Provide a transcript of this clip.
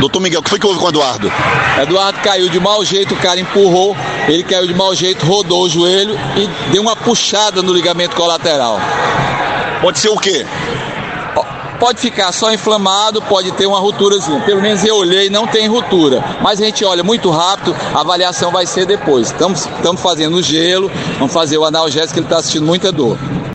Doutor Miguel, o que foi que houve com o Eduardo? Eduardo caiu de mau jeito, o cara empurrou, ele caiu de mau jeito, rodou o joelho e deu uma puxada no ligamento colateral. Pode ser o quê? Pode ficar só inflamado, pode ter uma rupturazinha. Pelo menos eu olhei, não tem ruptura. Mas a gente olha muito rápido, a avaliação vai ser depois. Estamos fazendo o gelo, vamos fazer o analgésico, ele está tá assistindo muita dor.